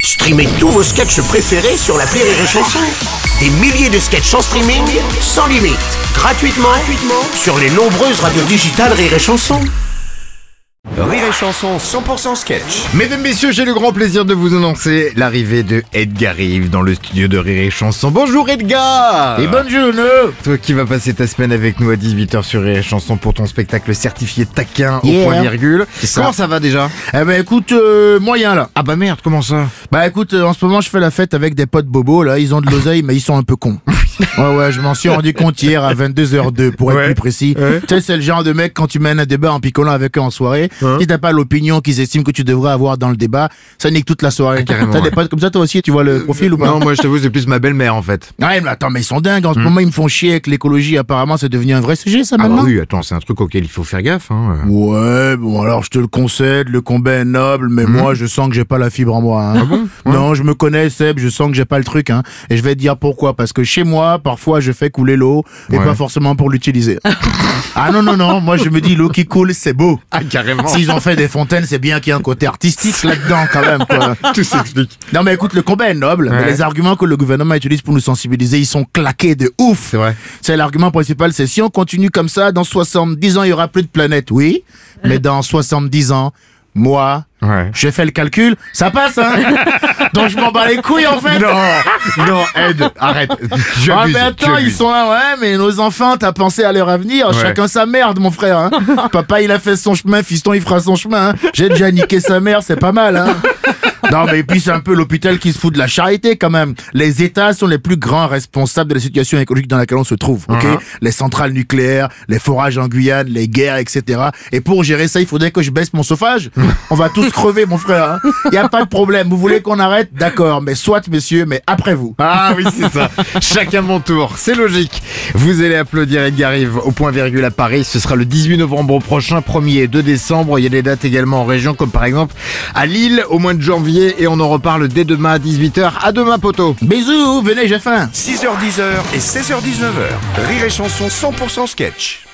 Streamez tous vos sketchs préférés sur la Rire et Chanson. Des milliers de sketchs en streaming, sans limite, gratuitement, gratuitement sur les nombreuses radios digitales Rire et Chanson. Rire et Chanson 100% sketch. Mesdames, messieurs, j'ai le grand plaisir de vous annoncer l'arrivée de Edgar Rive dans le studio de Rire et Chanson. Bonjour Edgar Et bonne journée Toi qui vas passer ta semaine avec nous à 18h sur Rire et Chanson pour ton spectacle certifié taquin au Yeah. point virgule. ça. Comment ça va déjà Eh ben écoute, euh, moyen là. Ah bah merde, comment ça Bah écoute, euh, en ce moment je fais la fête avec des potes bobos là, ils ont de l'oseille mais ils sont un peu cons. Ouais ouais, je m'en suis rendu compte hier à 22h02 pour être Ouais. plus précis. Ouais. Tu sais, c'est le genre de mec quand tu mènes un débat en picolant avec eux en soirée, si t'as pas l'opinion qu'ils estiment que tu devrais avoir dans le débat, ça nique toute la soirée. Ah, carrément, T'as des ouais. potes comme ça toi aussi, tu vois le profil ou pas Non, moi je t'avoue, c'est plus ma belle-mère en fait. Ouais mais attends, mais ils sont dingues, en ce moment ils me font chier avec l'écologie, apparemment c'est devenu un vrai sujet ça Ah bah maintenant. oui, attends, c'est un truc auquel il faut faire gaffe. Hein. Ouais, bon alors je te le concède, le combat est noble, mais moi je sens que j'ai pas la fibre en moi. hein. Non, je me connais Seb, je sens que j'ai pas le truc. Hein. Et je vais te dire pourquoi, parce que chez moi, parfois je fais couler l'eau, et Ouais. pas forcément pour l'utiliser. ah non, non, non, moi je me dis l'eau qui coule, c'est beau. Ah carrément S'ils ont fait des fontaines, c'est bien qu'il y ait un côté artistique là-dedans quand même. Quoi. Tout s'explique. Non mais écoute, le combat est noble, mais Ouais. les arguments que le gouvernement utilise pour nous sensibiliser, ils sont claqués de ouf. C'est vrai. C'est l'argument principal, c'est si on continue comme ça, dans 70 ans, il y aura plus de planète, oui. Mais dans 70 ans, moi, Ouais. j'ai fait le calcul, ça passe, hein Donc je m'en bats les couilles, en fait Non, non, Ed, arrête. Ah J'abuse, mais attends, ils j'abuse. sont là, ouais, mais nos enfants, t'as pensé à leur avenir, Ouais. chacun sa merde, mon frère. hein. Papa, il a fait son chemin, fiston, il fera son chemin. hein. J'ai déjà niqué sa mère, c'est pas mal. Hein. Non, mais puis c'est un peu l'hôpital qui se fout de la charité quand même. Les États sont les plus grands responsables de la situation écologique dans laquelle on se trouve. Ok, Mhm. les centrales nucléaires, les forages en Guyane, les guerres, etc. Et pour gérer ça, il faudrait que je baisse mon chauffage. on va tous crever, mon frère. Il y a pas de problème. Vous voulez qu'on arrête D'accord, mais soit, messieurs, mais après vous. Ah oui, c'est ça. Chacun mon tour. C'est logique. Vous allez applaudir Edgar Rive au point virgule à Paris. Ce sera le 18 novembre prochain, 1er et 2 décembre. Il y a des dates également en région, comme par exemple à Lille au mois de janvier. Et on en reparle dès demain à 18h. À demain, poteau. Bisous, venez, j'ai faim. 6h10h et 16h19h. Rire et Chanson 100% sketch.